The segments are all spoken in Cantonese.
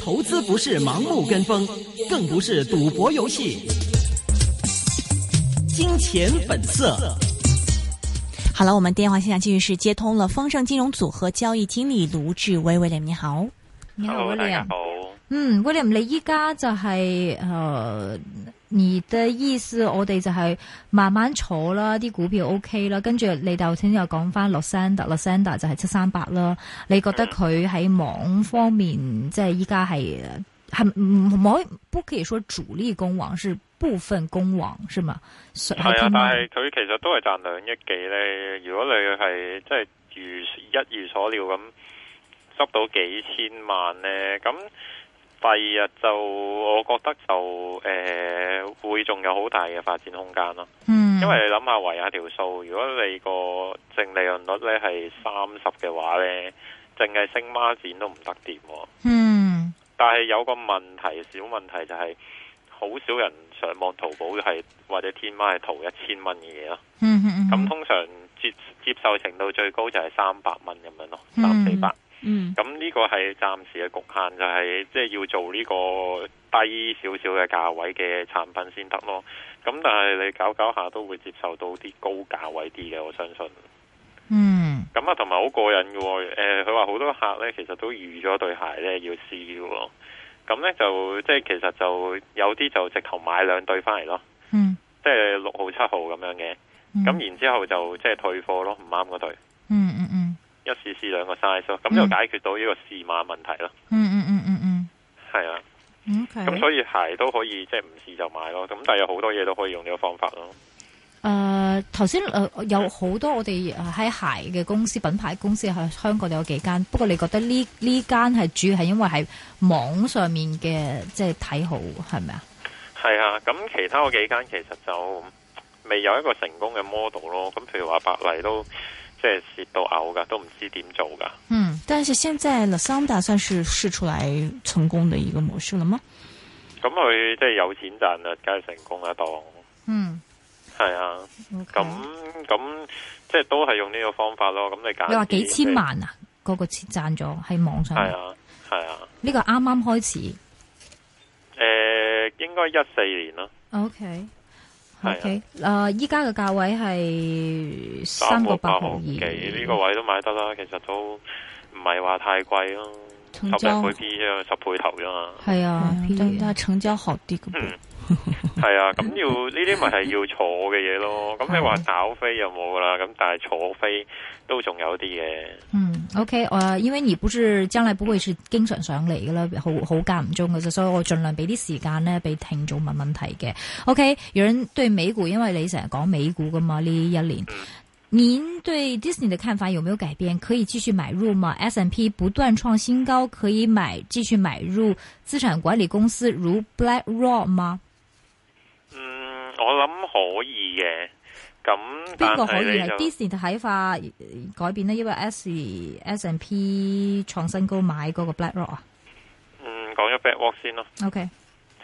投資不是盲目跟風，更不是賭博遊戲。金錢本色。好了，我們電話線上繼續是接通了豐盛金融組合交易經理盧志威 William，你好。你好 Hello，大家，William 好。。啊嗯，William，你依家就係、呃你的意思，我哋就係慢慢坐啦，啲股票 O K 啦，跟住你頭先又講翻 Lucinda，Lucinda 就係七三八啦。你覺得嗯佢喺網方面，即係依家係係唔唔可以不可以說主力攻網，是部分攻網是嘛？係係啊，偏但係佢其實都係賺兩億幾咧。如果你係即係如一如所料咁執到幾千萬咧，咁第二日就我覺得就誒、呃、會仲有好大嘅發展空間咯。嗯，因為你諗下維亞條數，如果你個淨利潤率咧係三十嘅話咧，淨係升孖展都唔得掂喎。嗯但係有個問題，小問題就係、好少人上網淘寶係或者天貓係淘一千蚊嘅嘢咯。嗯嗯嗯，咁、通常接接受程度最高就係三百蚊咁樣咯，嗯三四百。嗯咁呢個係暫時嘅局限，就係即係要做呢個低少少嘅價位嘅產品先得咯。咁但係你搞搞下都會接受到啲高價位啲嘅，我相信。嗯咁啊，同埋好過癮嘅喎、誒佢話好多客咧，其實都預咗對鞋咧要試嘅喎。咁咧就即係其實就有啲就直頭買兩對翻嚟咯，嗯，即係六號、七號咁樣嘅。嗯咁、然之後就即係退貨咯，唔啱嗰對，嗯嗯嗯一試試兩個 size 咯，咁嗯就解決到呢個試碼問題咯。嗯嗯嗯嗯嗯係啊，嗯，OK。咁所以鞋都可以即係唔試就買咯。咁但係有好多嘢都可以用呢個方法咯。誒呃頭先誒有好多我哋呃喺鞋嘅公司、品牌公司喺香港有幾間，不過你覺得呢呢間係主要係因為係網上面嘅即係睇好係咪啊？係啊，咁其他嗰幾間其實就未有一個成功嘅 model 咯。咁譬如話百麗都即係蝕到嘔噶，都唔知點做噶。嗯，但是現在 Lazada 算是試出來成功的一個模式了嗎？咁佢即係有錢賺啦，梗係成功啦，當嗯，係啊。咁 OK 咁即係都係用呢個方法咯。咁你揀嗯你話啲幾即千係萬啊？嗰個錢賺咗喺網上，係啊係啊。呢個啱啱開始。誒，應該一四年啦， OK 係啊 OK，誒依家嘅價位係三個個八毫毫二幾呢個位都買得啦。其實都唔係話太貴咯，十成交零倍 P 啫，十倍頭啫嘛。係啊嗯， P 但但成交好低個嗯，係啊，咁要呢啲咪係要坐嘅嘢咯。咁你話啊炒飛又冇噶啦，咁但係坐飛都仲有啲嘅。嗯，OK，我、因為而不是將來不會是經常上嚟噶啦，好好間唔中嘅啫，所以我盡量俾啲時間咧俾聽眾問問題嘅。OK，有人對美股，因為你成日講美股噶嘛呢一年，嗯您對 Disney 的看法有沒有改變？可以繼續買入嗎？S&P 不斷創新高，可以買繼續買入資產管理公司如 BlackRock 嗎？嗯，我諗可以嘅。咁邊但個可係以啊係你就 Disney 嘅睇法呃改變呢？因為 S S&P 創新高買嗰個 BlackRock 啊。嗯講咗 backwalk 先咯。 OK。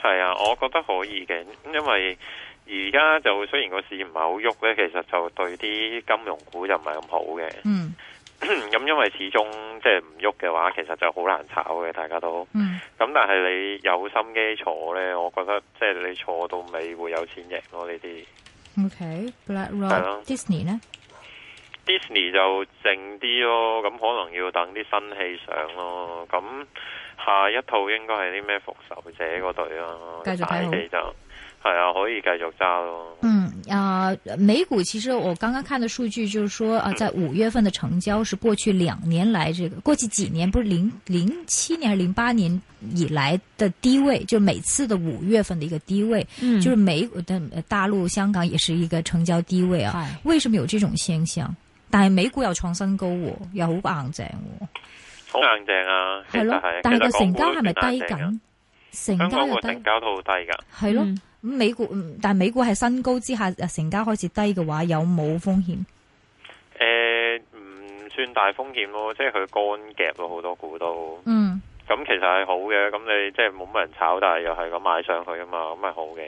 係啊，我覺得可以嘅，因為而家就雖然個市唔係好喐咧，其實就對啲金融股就唔係咁好嘅。嗯咁因為始終即係唔喐嘅話，其實就好難炒嘅，大家都。嗯咁但係你有心機坐呢，我覺得即係你坐到尾會有錢贏咯。呢啲係咯 OK，BlackRock、Disney 呢？ Disney 就靜啲咯，咁可能要等啲新戲上咯。咁下一套應該係啲咩復仇者嗰隊咯，繼續睇好大戲就係啊，可以繼續揸咯。嗯啊、美股其實我剛剛看的數據就是說啊、在五月份的成交是過去兩年來這個過去幾年不是零零七年還是零八年以來的低位，就每次的五月份的一個低位，嗯就是美股的呃大陸、香港也是一個成交低位啊。係為什麼有這種現象？但係美股又創新高喎，又好硬淨喎，好硬淨啊，其係實咯係。。但係其個實成交港股係咪都算低硬淨㗎緊？成香交港又個低成。交都好低㗎。哎係咯，咁、美股，嗯但係美股係新高之下，呃成交開始低嘅話，有冇風險？誒，唔算大風險咯，即係佢乾夾咯，好多股都。嗯咁其實係好嘅，咁你即係冇乜人炒，但係又係咁買上去啊嘛，咁咪好嘅。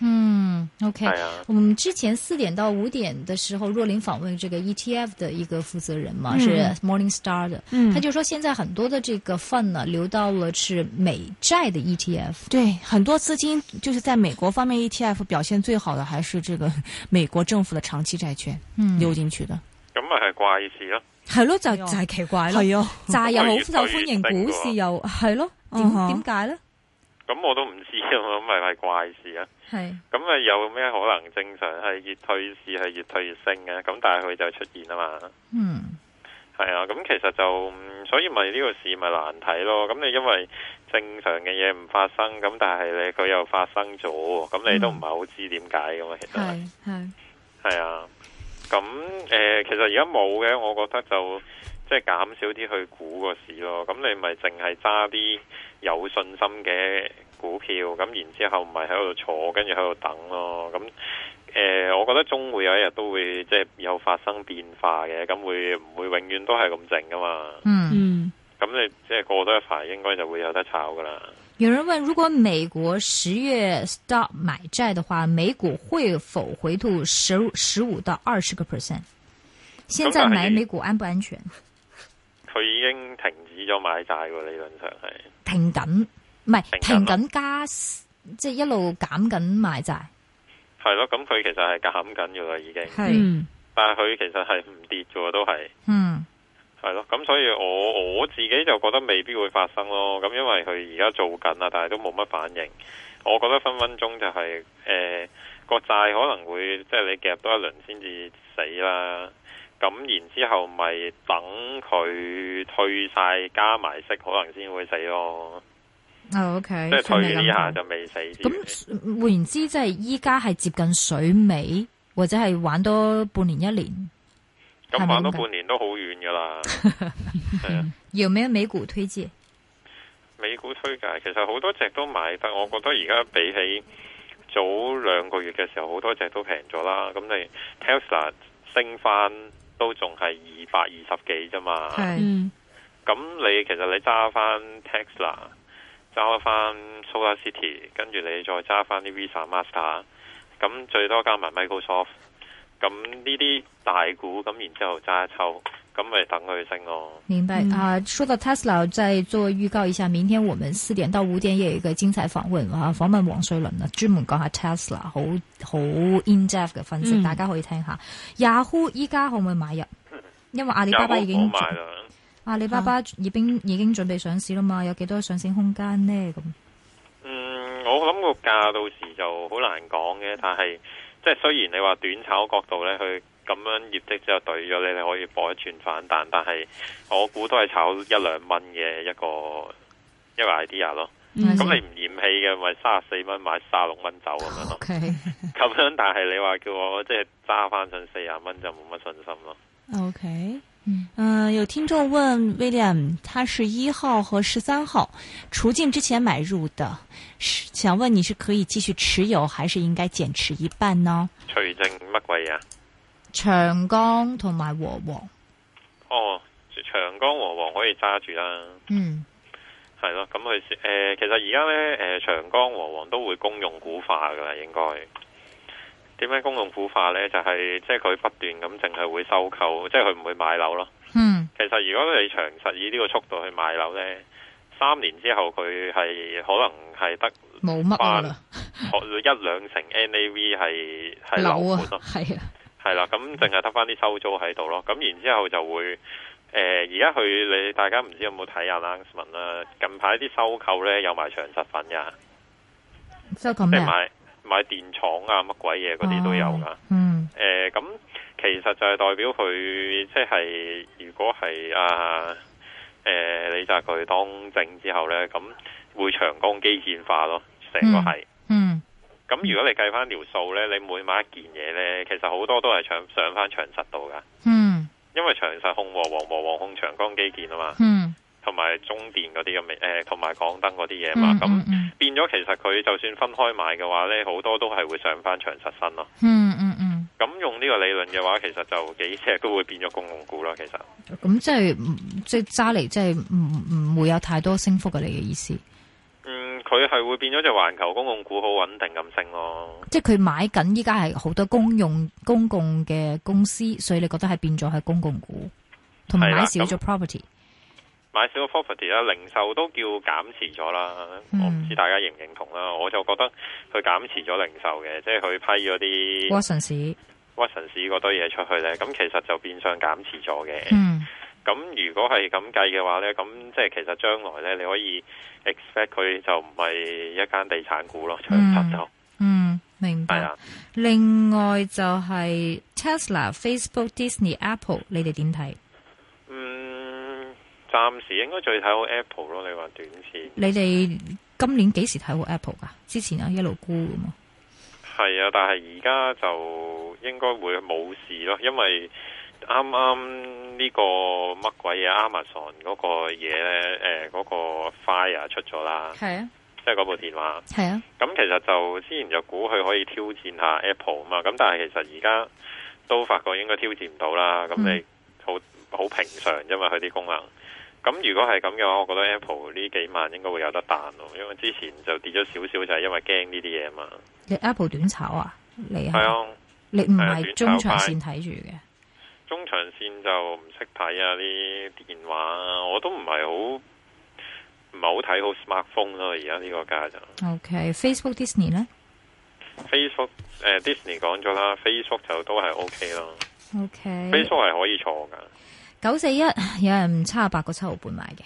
嗯 OK，系啊，我们之前四点到五点的时候，若琳访问这个 ETF E 的一个负责人嘛，嗯是 Morningstar 的，嗯他就说现在很多的这个 fund 呢流到了是美债的 E ETF。对，很多资金就是在美国方面 ETF 表现最好的还是这个美国政府的长期债券嗯流进去的。咁咪係怪事咯。系咯，就係啊就系奇怪咯，係啊，債又好越受歡迎，越股升市喎又係咯，哦嗯點哼點解咧？咁我都唔知啊，咁咪係怪事啊。係咁咪有咩可能正常係越退市係越退越升嘅？咁但係佢就出現啊嘛。嗯係啊，咁其實就嗯所以咪呢個事咪難睇咯。咁你因為正常嘅嘢唔發生，咁但係你佢又發生咗喎，咁你都唔係好知點解噶嘛。其實係係係係啊，咁诶、呃其實而家冇嘅，我覺得就即係減少啲去估個市咯。咁你咪淨係揸啲有信心嘅股票，咁然之后咪喺度坐，跟住喺度等咯。咁诶、呃我覺得終會有一日都會即係有發生變化嘅，咁會唔會永遠都係咁靜噶嘛？嗯。嗯，咁你即係過多一排，應該就會有得炒噶啦。有人問，如果美國十月 stock 買債的話，美股會否回吐十十五到二十个 percent？現在咁但係買美股安不安全？佢已經停止咗買債喎，理論上係停緊，唔係停緊停啊緊加，即係一路減緊買債。係咯。咁佢其實係減緊噶啦，已經。係，嗯，但係佢其實係唔跌嘅喎，都係嗯係咯。咁所以我我自己就覺得未必會發生咯。咁因為佢而家做緊啦，但係都冇乜反應。我覺得分分鐘就係誒個債可能會即係你夾多一輪先至死啦。咁然之後咪等佢退晒加埋息，可能先會死咯。哦，OK，即係順利退呢咁下睇就未死住。咁換言之，即係依家係接近水尾，或者係玩多半年一年，係咪啊咁玩多咁計半年都好遠 噶啦。啊有咩美股推介？美股推介其實好多隻都買得，我覺得而家比起早兩個月嘅時候，好多隻都平咗啦。咁你 Tesla 升翻都仲係二百二十幾啫嘛。嗯，咁你其實你揸翻 Tesla，揸翻 Solar City，跟住你再揸翻啲 Visa、Master，咁最多加埋 Microsoft。咁呢啲大股咁，然之後揸一抽，咁咪等佢升咯。明白嗯啊！说到 Tesla，再做预告一下，明天我们四点到五点也有一个精彩访问啊，访问黃瑞麟啊，專門講下 Tesla 好好 in depth 嘅分析，嗯大家可以聽下。Yahoo 依家可唔可以買入？嗯因為阿里有巴好巴已唔經好買啊啦。啊阿里巴巴已經已經準備上市啦嘛，有幾多上升空間呢？咁嗯，我諗個價到時就好難講嘅，但係即係雖然你話短炒角度咧，佢咁樣業績之後對咗你，你可以搏一轉反彈，但係我估都係炒一兩蚊嘅一個一個 idea 咯。嗯咁你唔嫌棄嘅，咪三十四蚊買三十六蚊走咁樣咯。哦 OK 咁樣，但係你話叫我即係揸翻上四廿蚊就冇乜信心咯。 OK，嗯嗯、有听众问 William，他是一号和十三号除净之前买入的，是想问你是可以继续持有，还是应该减持一半呢？除淨乜鬼嘢啊？長江同埋和黃，哦，長江和黃可以揸住啦。嗯係咯，咁佢誒其實而家咧誒長江和黃都會公用股化㗎啦，應該點解公用股化咧？就係即係佢不斷咁淨係會收購，即係佢唔會買樓咯。嗯其實如果你長實以呢個速度去買樓咧，三年之後佢係可能係得冇乜㗎啦，學一兩成 NAV 係係樓樓啊盤咯，，係啊，係啦，咁淨係得翻啲收租喺度咯。咁然之後就會诶，而家佢你大家唔知有冇睇 announcement 啦？近排啲收購咧有埋長實份㗎，即係咁即係咩啊？買買電廠啊乜鬼嘢嗰啲都有㗎。嗯诶、咁其實就係代表佢即係如果係啊诶、李澤佢當政之後咧，咁會長江基建化咯，成個係。嗯咁如果你計翻條數咧，你每買一件嘢咧，其實好多都係上上翻長實度噶，嗯因為長實控和黃和黃控長江基建啊嘛，嗯，同埋中電嗰啲咁嘅，誒同埋港燈嗰啲嘢啊嘛，咁、嗯嗯變咗其實佢就算分開買嘅話咧，好多都係會上翻長實身咯。嗯嗯嗯。咁用呢個理論嘅話，其實就幾隻都會變咗公共股啦。其實咁即系即系揸嚟，即系唔唔唔會有太多升幅嘅，你嘅意思？嗯，佢係會變咗隻環球公共股好穩定咁升咯。即係佢買緊依家係好多公用公共嘅公司，所以你覺得係變咗係公共股，同埋係啦買少咗 property。買少個 property 啦，零售都叫減持咗啦。嗯我唔知大家認唔認同啦，我就覺得佢減持咗零售嘅，即係佢批咗啲 Watson 市， Watson 市嗰堆嘢出去呢。咁其實就變相減持咗嘅。嗯咁如果係咁計嘅話呢，咁即係其實將來呢，你可以 expect 佢就唔係一間地產股咯，長實就嗯，明係白。啊。另外就係 Tesla、Facebook、Disney、Apple，你哋點睇？嗯，暫時應該最睇好 Apple 咯。你話短線你哋今年幾時睇好 Apple 噶？之前啊一路沽噶嘛。係啊，但係而家就應該會冇事咯，因為啱啱呢個乜鬼嘢 Amazon 嗰個嘢呢，誒、嗰、個 Fire 出咗啦，係啊，即係嗰部電話。係啊，咁其實就之前就估佢可以挑戰下 Apple 啊嘛，咁但係其實而家都發覺應該挑戰唔到啦。咁嗯你好好平常啫嘛，佢啲功能。咁如果係咁嘅話，我覺得 Apple 呢幾萬應該會有得彈咯，因為之前就跌咗少少，就係因為驚呢啲嘢嘛。你 Apple 短炒啊？你係啊，你唔係啊係短中炒長派線睇住嘅。中長線就唔識睇啊啲電話啊，我都唔係好唔係好睇好 smartphone 咯。而家呢個價就 OK，Facebook、Disney 咧 Facebook 誒、Disney 講咗啦，Facebook 就都係 OK 咯。 ，OK， Facebook 係可以錯噶。九四一有人差八個七毫半買嘅。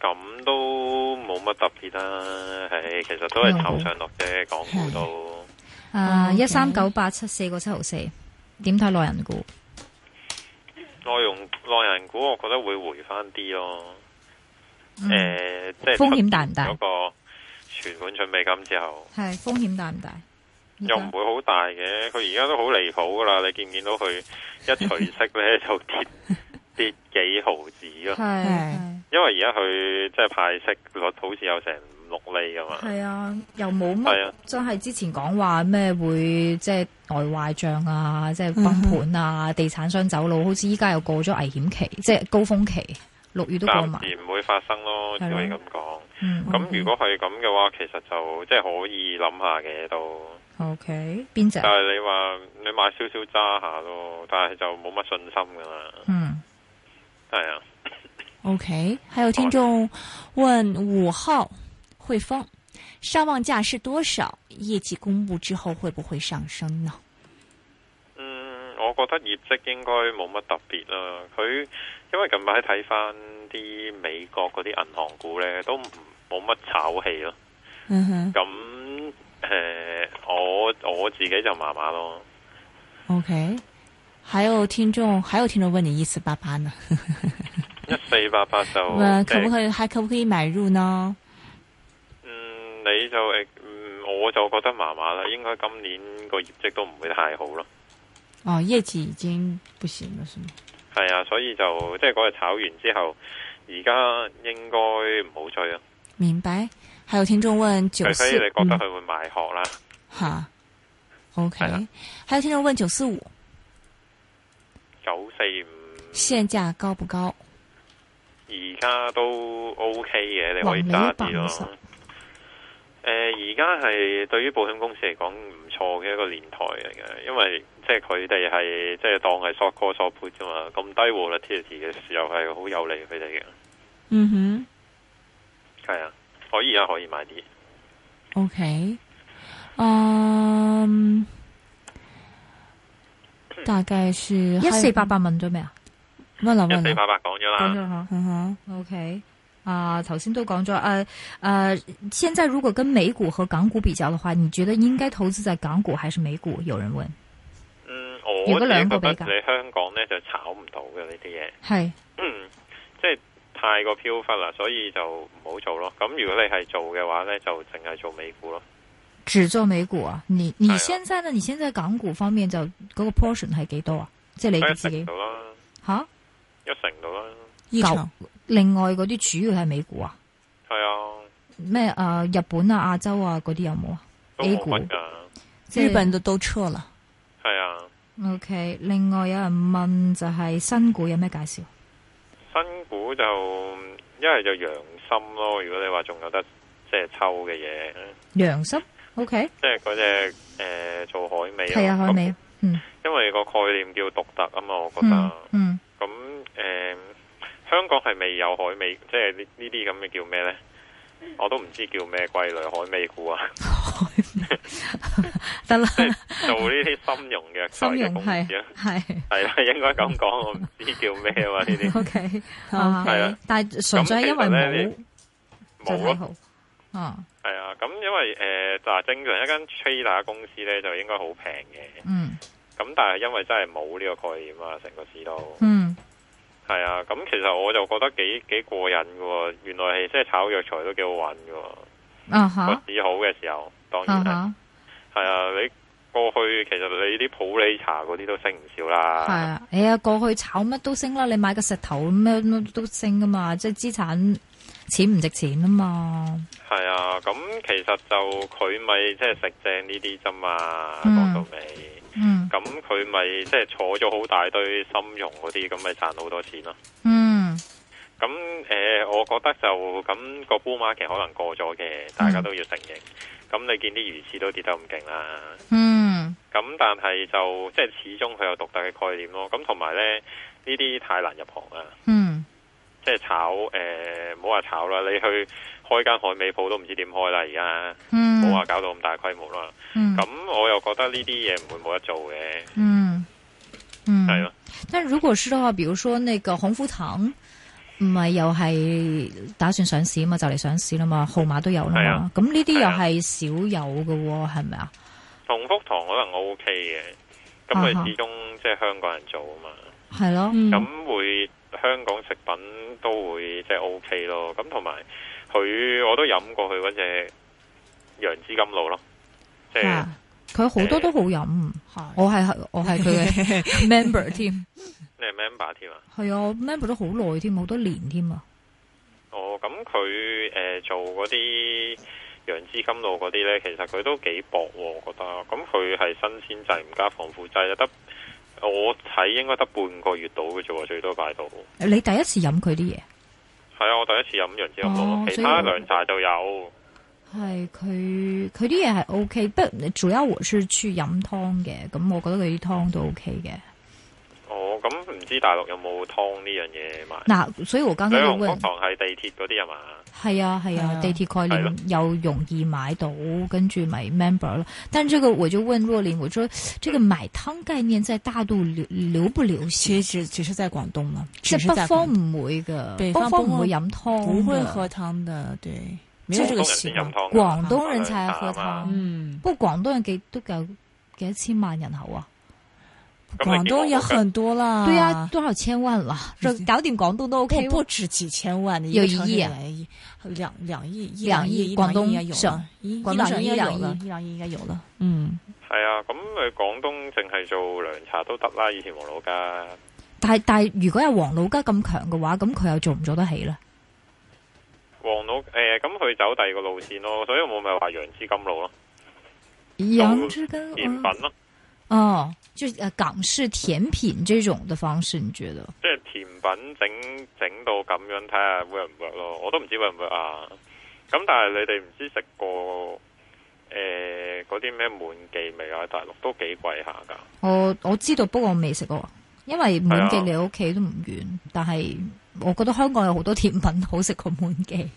咁都冇乜特別啦，唉，其實都嗯係炒上落啫，港股都啊，一 OK 三九八七四個七毫四，點睇內人股？內容內人股，我覺得會回翻啲咯。嗯誒、即係風險大唔大嗰個存款準備金之後，係風險大唔大？依家又唔會好大嘅。佢而家都好離譜噶啦，你見唔見到佢一除 息咧就跌跌幾毫子咯？係係因為而家佢即係派息率好似有成五六厘噶嘛。係啊，又冇係乜啊真係之前講話咩會即係外壞帳啊，即係崩盤啊，地產商走佬，好似依家又過咗危險期，即係高峰期，六月都過埋暫。時唔會發生咯，只係咯可以咁講。嗯咁如果係咁嘅話，其實就即係可以諗下嘅都，嗯 OK 邊只但？係你話你買少少揸下咯，但係就冇乜信心噶啦，嗯，係啊， ，OK。还有听众问五号汇丰上望价是多少？业绩公布之后会不会上升呢？嗯，我覺得業績應該冇乜特別啦。佢因為近排睇翻啲美國嗰啲銀行股呢，都唔冇乜炒氣咯。嗯哼咁誒、我我自己就麻麻咯。 ，OK。还有听众，还有听众问你一四八八呢？一四八八就问即可係不可以，还可不可以买入呢？嗯，你就誒嗯，我就覺得麻麻啦，應該今年個業績都唔會太好咯。哦，业绩已经不行了，是吗？係啊，所以就即係嗰日炒完之後，而家應該唔好追啊。明白。还有嗯听众问除九四，非你覺得佢會賣殼啦，哈，OK 係啦。还有听众问九四五九四五现价高不高？而家都 OK 嘅，你哇可以你150揸啲咯。誒，而家係對於保險公司嚟講唔錯嘅一個年代嚟嘅，因為即係佢哋係即係當係 short call short put 啫嘛，咁低 volatility 嘅時候係好有利佢哋嘅。嗯係啊，可以啊，可以買啲。哼，OK，嗯，大概是一四八，八問咗未啊？问了啊一问四了，八八講咗講咗啦，嚇。嗯哼， OK，啊，头先都讲咗，呃呃，现在如果跟美股和港股比较的话，你觉得应该投资在港股还是美股？有人问，嗯，如我果自己兩個覺得比較你香港呢就炒唔到嘅呢啲嘢，系嗯即係太過飄忽啦，所以就唔好做咯。咁如果你係做嘅話呢，就淨係做美股咯。只做美股啊？你係你啊现在呢？你现在港股方面就嗰、個 portion 係幾多啊？即係你一自成己到啦，吓、啊一成到啦，一九成另外嗰啲主要係美股啊？係啊，咩诶、呃日本啊、亞洲啊嗰啲有冇啊都？A 冇股乜噶，即係日本的都撤嗯了，係啊。 OK，另外有人問就係新股有咩介紹？新股就一係就陽心咯，如果你話仲有得即係抽嘅嘢，羊心，OK，即係嗰隻誒做海味係啊，海味，嗯因為個概念叫獨特啊嘛，我覺嗯得。嗯，咁誒、香港係未有海味，即係呢呢啲咁嘅叫咩呢？我都唔知叫咩歸類海味股 啊，得啦，做呢啲深融嘅心嘅用公係司啊，係係啦，應該咁講，我唔知叫咩喎 呢啲， ，OK，啊係啊，但係純粹係因為冇咁就冇啊睇咯，好，啊，係啊，咁因為誒嗱、正常一間 trader 公司呢，就應該好平嘅，嗯咁但係因為真係冇呢個概念啊，成個市都。嗯係啊，咁其實我就覺得幾幾過癮嘅喎，原來係即係炒藥材都幾好玩嘅喎，啊哈個市好嘅時候，當然啊係哈，係啊，你過去其實你啲普洱茶嗰啲都升唔少啦，係啊，你啊過去炒乜都升啦，你買個石頭咩乜都升噶嘛，即係資產錢唔值錢啊嘛，係啊，咁其實就佢咪即係食正呢啲啫嘛，嗯講到尾，嗯咁佢咪即係坐咗好大堆深融嗰啲，咁咪賺好多錢咯。嗯咁誒、呃我覺得就咁、個 bull market 可能過咗嘅，大家都要承認。咁你見啲魚翅都跌得咁勁啦。嗯咁但係就即係始終佢有獨特嘅概念咯。咁同埋咧，呢啲太難入行啦。嗯即係炒誒，唔好話炒啦，你去開間海味鋪都唔知點開啦，而家嗯，唔好話啊搞到咁大規模啦。嗯咁、我又覺得呢啲嘢唔會冇得做嘅，嗯嗯係啊咯、但如果是的話，比如說那個鴻福堂，唔係又係打算上市啊嘛，就嚟上市啦嘛，號碼都有係啦啊嘛。咁呢啲又係少有嘅喎，係咪啊？同福堂可能 O K 嘅，咁啊哈佢始終即係香港人做啊嘛，係咯，嗯咁、會香港食品都會即係 O K 咯。咁同埋佢我都飲過佢嗰隻楊枝甘露咯，即係啊佢好多都好飲，我係我係佢嘅 member 添，你係 member 添啊？係啊，我 member 都好耐添，好多年添啊。哦，咁佢誒做嗰啲楊枝甘露嗰啲呢，其實佢都幾薄喎，我覺得。咁佢係新鮮製，唔加防腐劑，得我睇應該得半個月到嘅啫喎，最多擺到。係你第一次飲佢啲嘢，啊，我第一次飲楊枝甘露，哦其所以我他涼茶就有。係佢佢啲嘢係 O K，不主要我是去飲湯嘅，咁我覺得佢啲湯都 O K 嘅。哦，咁唔知大陸有冇湯呢樣嘢賣？嗱，所以我剛你才就紅啊問福。堂係地鐵嗰啲係嘛？係啊係係啊啊，地鐵概係咯念又容易買到，跟住咪 member 咯。但这个我就問若琳，我說这个買湯概念在大陸流流不流其行？实只只是在广东了，只即係是北在方广东唔會噶，北北方方啊不唔會會飲湯，不会，喝汤的，对，没有廣这東个人习先惯飲。湯㗎。啊廣東人才喝湯啊嘛嗯，不過廣東人幾都有幾多千萬人口啊？咁你广东見也過㗎很多啦。對啊，多少千萬啦？就搞掂廣東都 OK 不不喎。止几千万的，有一个城市一亿啊里面一两两亿，一两两亿亿，一广两亿东应该有省了，一广一东两省亿一应该两有了亿，一两亿应该有了，嗯，係啊，咁佢廣東淨係做涼茶都得啦，以前王老家。但係但係，如果係黃老吉咁強嘅話，咁佢又做唔做得起咧？黃 老誒，咁佢走第二個路線咯，所以我咪話楊枝甘露咯，楊枝甘甜品咯，哦，就是呃港式甜品這種的方式，你覺得？即係甜品整整到咁樣，睇下 work 唔 work 咯，我都唔知 work 唔 work 啊。咁但係你哋唔知食過誒嗰啲咩滿記未啊？大陸都幾貴下㗎，我我知道，不過我未食過，因為滿記係啊離屋企都唔遠，但係我覺得香港有好多甜品好食過滿記。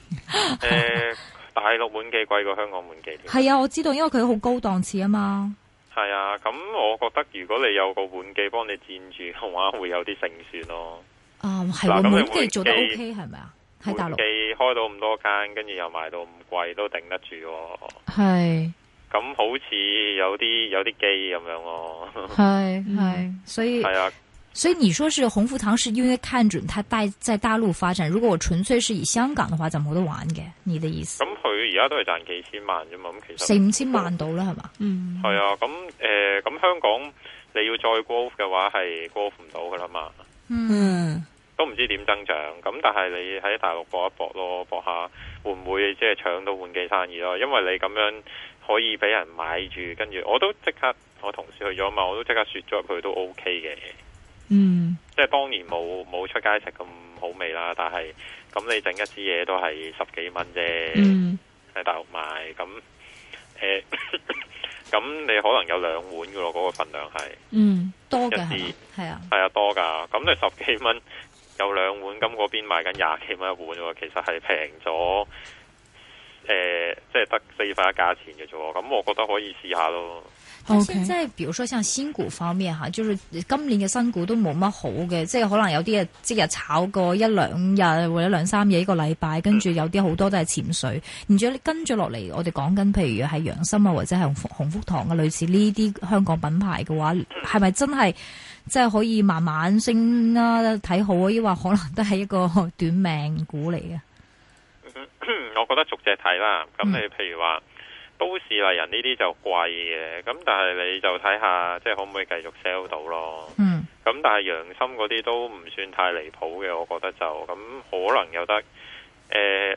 誒、 大陸滿記貴過香港滿記添。係啊，我知道，因為佢好高檔次啊嘛。係啊，咁我覺得如果你有個滿記幫你佔住嘅話，會有啲勝算咯。啊，係喎，嗱咁你滿記做得滿記 OK 係咪啊？喺滿大陸記開到咁多間，跟住又賣到咁貴，都頂得住喎。係咁好似有啲有啲機咁樣咯，係係嗯，所以係啊，所以你說是鴻福堂是因為看準它帶在大陸發展，如果我純粹是以香港的話就冇得玩嘅，你的意思咁？佢而家都係賺幾千萬啫嘛，咁其四實五千萬到啦係嘛？嗯，係啊，咁誒咁香港你要再 growth 嘅話係 growth 唔到噶啦嘛，嗯嗯，都唔知點增長，咁但係你喺大陸搏一搏咯，搏下會唔會即係搶到換機生意咯？因為你咁樣可以俾人買住，跟住我都即刻我同事去咗嘛，我都即刻雪咗入去都 OK 嘅。嗯，即係當然冇冇出街食咁好味啦，但係咁你整一支嘢都係十幾蚊啫，嗯，係、喺大陸買，咁誒 咁你可能有兩碗嘅咯，嗰、個份量係嗯多嘅一係嘛啲係啊，係啊多㗎。咁你十幾蚊有兩碗，咁嗰邊賣緊廿幾蚊一碗喎，其實係平咗誒，即係得四分一價錢嘅啫喎。咁我覺得可以試下咯。 但 OK 現在，比如說像新股方面吓，就是今年嘅新股都冇乜好嘅，即係可能有啲啊即日炒過一兩日或者兩三日一個禮拜，跟住有啲好多都係潛水。然之後跟住落嚟，我哋講緊譬如係養心啊，或者係紅福紅福堂啊，類似呢啲香港品牌嘅嗯話，係咪真係即係可以慢慢升啦、睇好啊？抑或可能都係一個短命股嚟嘅？我覺得逐隻睇啦。咁嗯你譬如話都市麗人呢啲就貴嘅，咁但係你就睇下即係可唔可以繼續 sell 到咯。嗯咁但係陽心嗰啲都唔算太離譜嘅，我覺得就咁可能有得誒，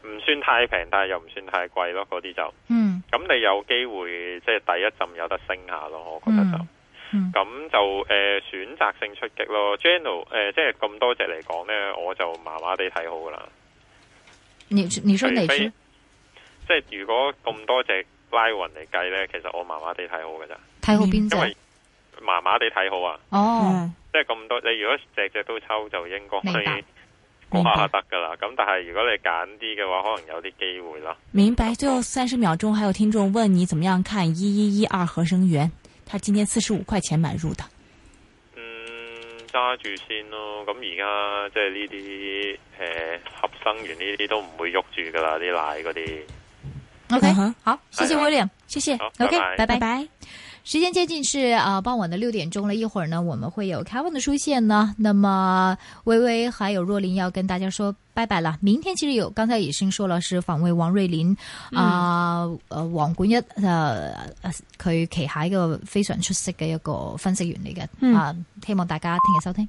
唔、算太平，但係又唔算太貴咯。嗰啲就嗯咁你有機會即係第一陣有得升下咯，我覺得就。嗯嗯咁就誒、呃、選擇性出擊咯，general 誒、呃即係咁多隻嚟講呢，我就麻麻地睇好噶啦。你你說哪除非隻？即係如果咁多隻拉雲嚟計呢，其實我麻麻地睇好嘅咋，睇好邊因為隻？麻麻地睇好啊，哦，嗯即係咁多你如果隻隻都抽就應該明 白過明下白。得噶啦。咁但係如果你揀啲嘅話，可能有啲機會啦。明白。最后三十秒钟，还有听众问你怎么样看一一一二合生元？他今天四十五块钱买入的。嗯，揸住先咯。咁而家即係呢啲誒合生元呢啲都唔會喐住噶啦，啲奶嗰啲。 OK，、嗯哼好，谢谢好 William。谢谢，好， OK，拜拜拜拜。时间接近是啊、呃傍晚的六点钟了，一会儿呢我们会有 Kevin 的出现呢。那么微微还有若琳要跟大家说拜拜了。明天其实有，刚才已经说了是访问王瑞麟啊，呃王冠一呃呃佢旗下一個非常出色嘅一個分析員嚟嘅嗯啊，希望大家聽日收聽。